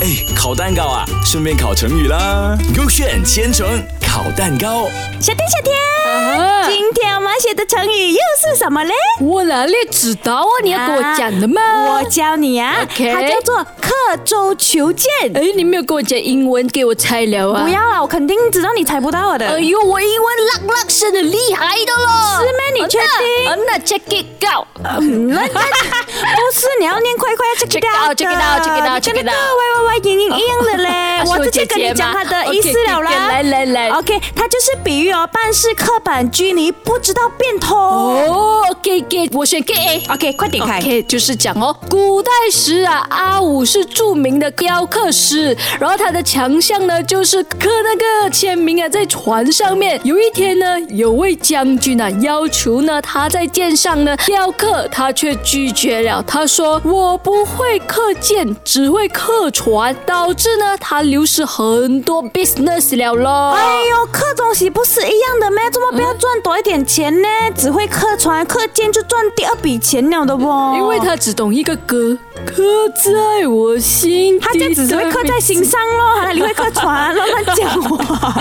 哎，烤蛋糕啊，顺便烤成语啦。勾选千层烤蛋糕，小天，小天，啊今天我们学的成语又是什么嘞？我哪里知道啊？你要跟我讲的嘛。我教你啊 OK 它叫做刻舟求剑。哎，你没有跟我讲英文，给我猜了啊！不要啦，我肯定知道你猜不到我的。哎呦，我英文拉拉声的厉害的咯。是吗你确定嗯，那 check it out。嗯那那不是，你要念快快要 check 啊 Check it out，check it out，check it out，check 跟 it out，那个 Y Y Y 莹莹一样的嘞是我我直接姐姐跟你讲吗它的意思了 OK，OK，啦。来来来 OK，它就是比喻哦，办事刻板拘泥，不知道变通。哦，OK OK，我选 K A。 OK，快点开。 OK，就是讲哦，古代时啊，阿武是著名的雕刻师，然后他的强项呢就是刻那个签名啊，在船上面。有一天呢，有位将军啊要求呢他在舰上呢雕刻，他却拒绝了。他说我不会刻剑，只会刻船，导致呢他流失很多 business 了咯。哎呦，刻东西不是一样的咩？怎么不要赚多一点钱呢？只会刻船刻剑就赚第二笔钱了的不？因为他只懂一个歌，刻在我心底。他这样子只会刻在心。上咯，哪里会刻船？乱乱讲 话。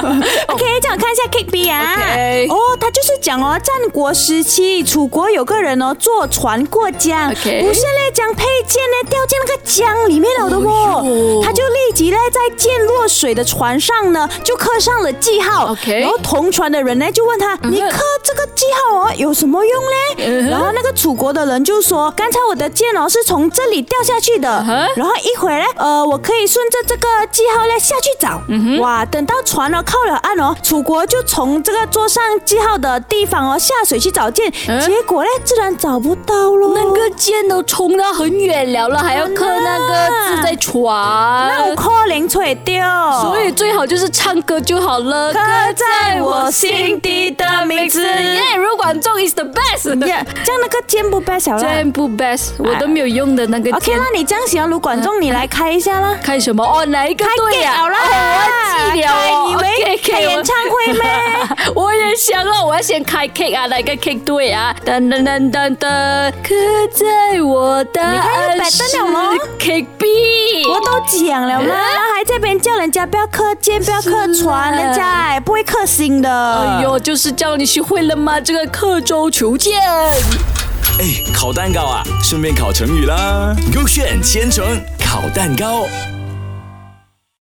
OK，这样我看一下 K B 啊。 OK 哦，他就是讲哦，战国时期楚国有个人哦，坐船过江 OK 不是嘞，将佩剑呢掉进那个江里面了的哦哦哟。他就立即嘞在剑落水的船上呢，就刻上了记号。 OK 然后同船的人呢就问他，你刻这个记号哦有什么用嗯嘞？哼然后那个楚国的人就说，刚才我的剑哦是从这里掉下去的。嗯哼然后一会儿呢，呃，我可以顺着这个记号呢下去找。嗯哇，等到船呢靠了岸哦，楚国就从这个桌上记号的地方哦下水去找剑，嗯结果呢自然找不到喽。那个箭都冲到很远了了，还要刻那个字在那我船，可能吹掉，所以最好就是唱歌就好了。刻在我心底的名字。耶，如管中 is the best。 Yeah，这样 那个剑不白小了。全部 best，我都没有用的那个 OK 箭。啦，你这样喜欢卢管仲，你来开一下啦。看什么？哦，哪一个对呀、好啦，哦我记了哦。 以为 OK，OK，开我演唱会咩？我也想了，我要先开 cake 啊，来个 cake 对啊，噔噔噔噔噔，刻在我的你看爱摆是灯了哦 cake B，我都讲了啦，还这边叫人家不要刻剑，不要刻哎是啊船，人家哎不会刻心的。哎呦，就是叫你学会了吗？这个刻舟求剑。哎，烤蛋糕啊，顺便烤成语啦。勾选千层烤蛋糕。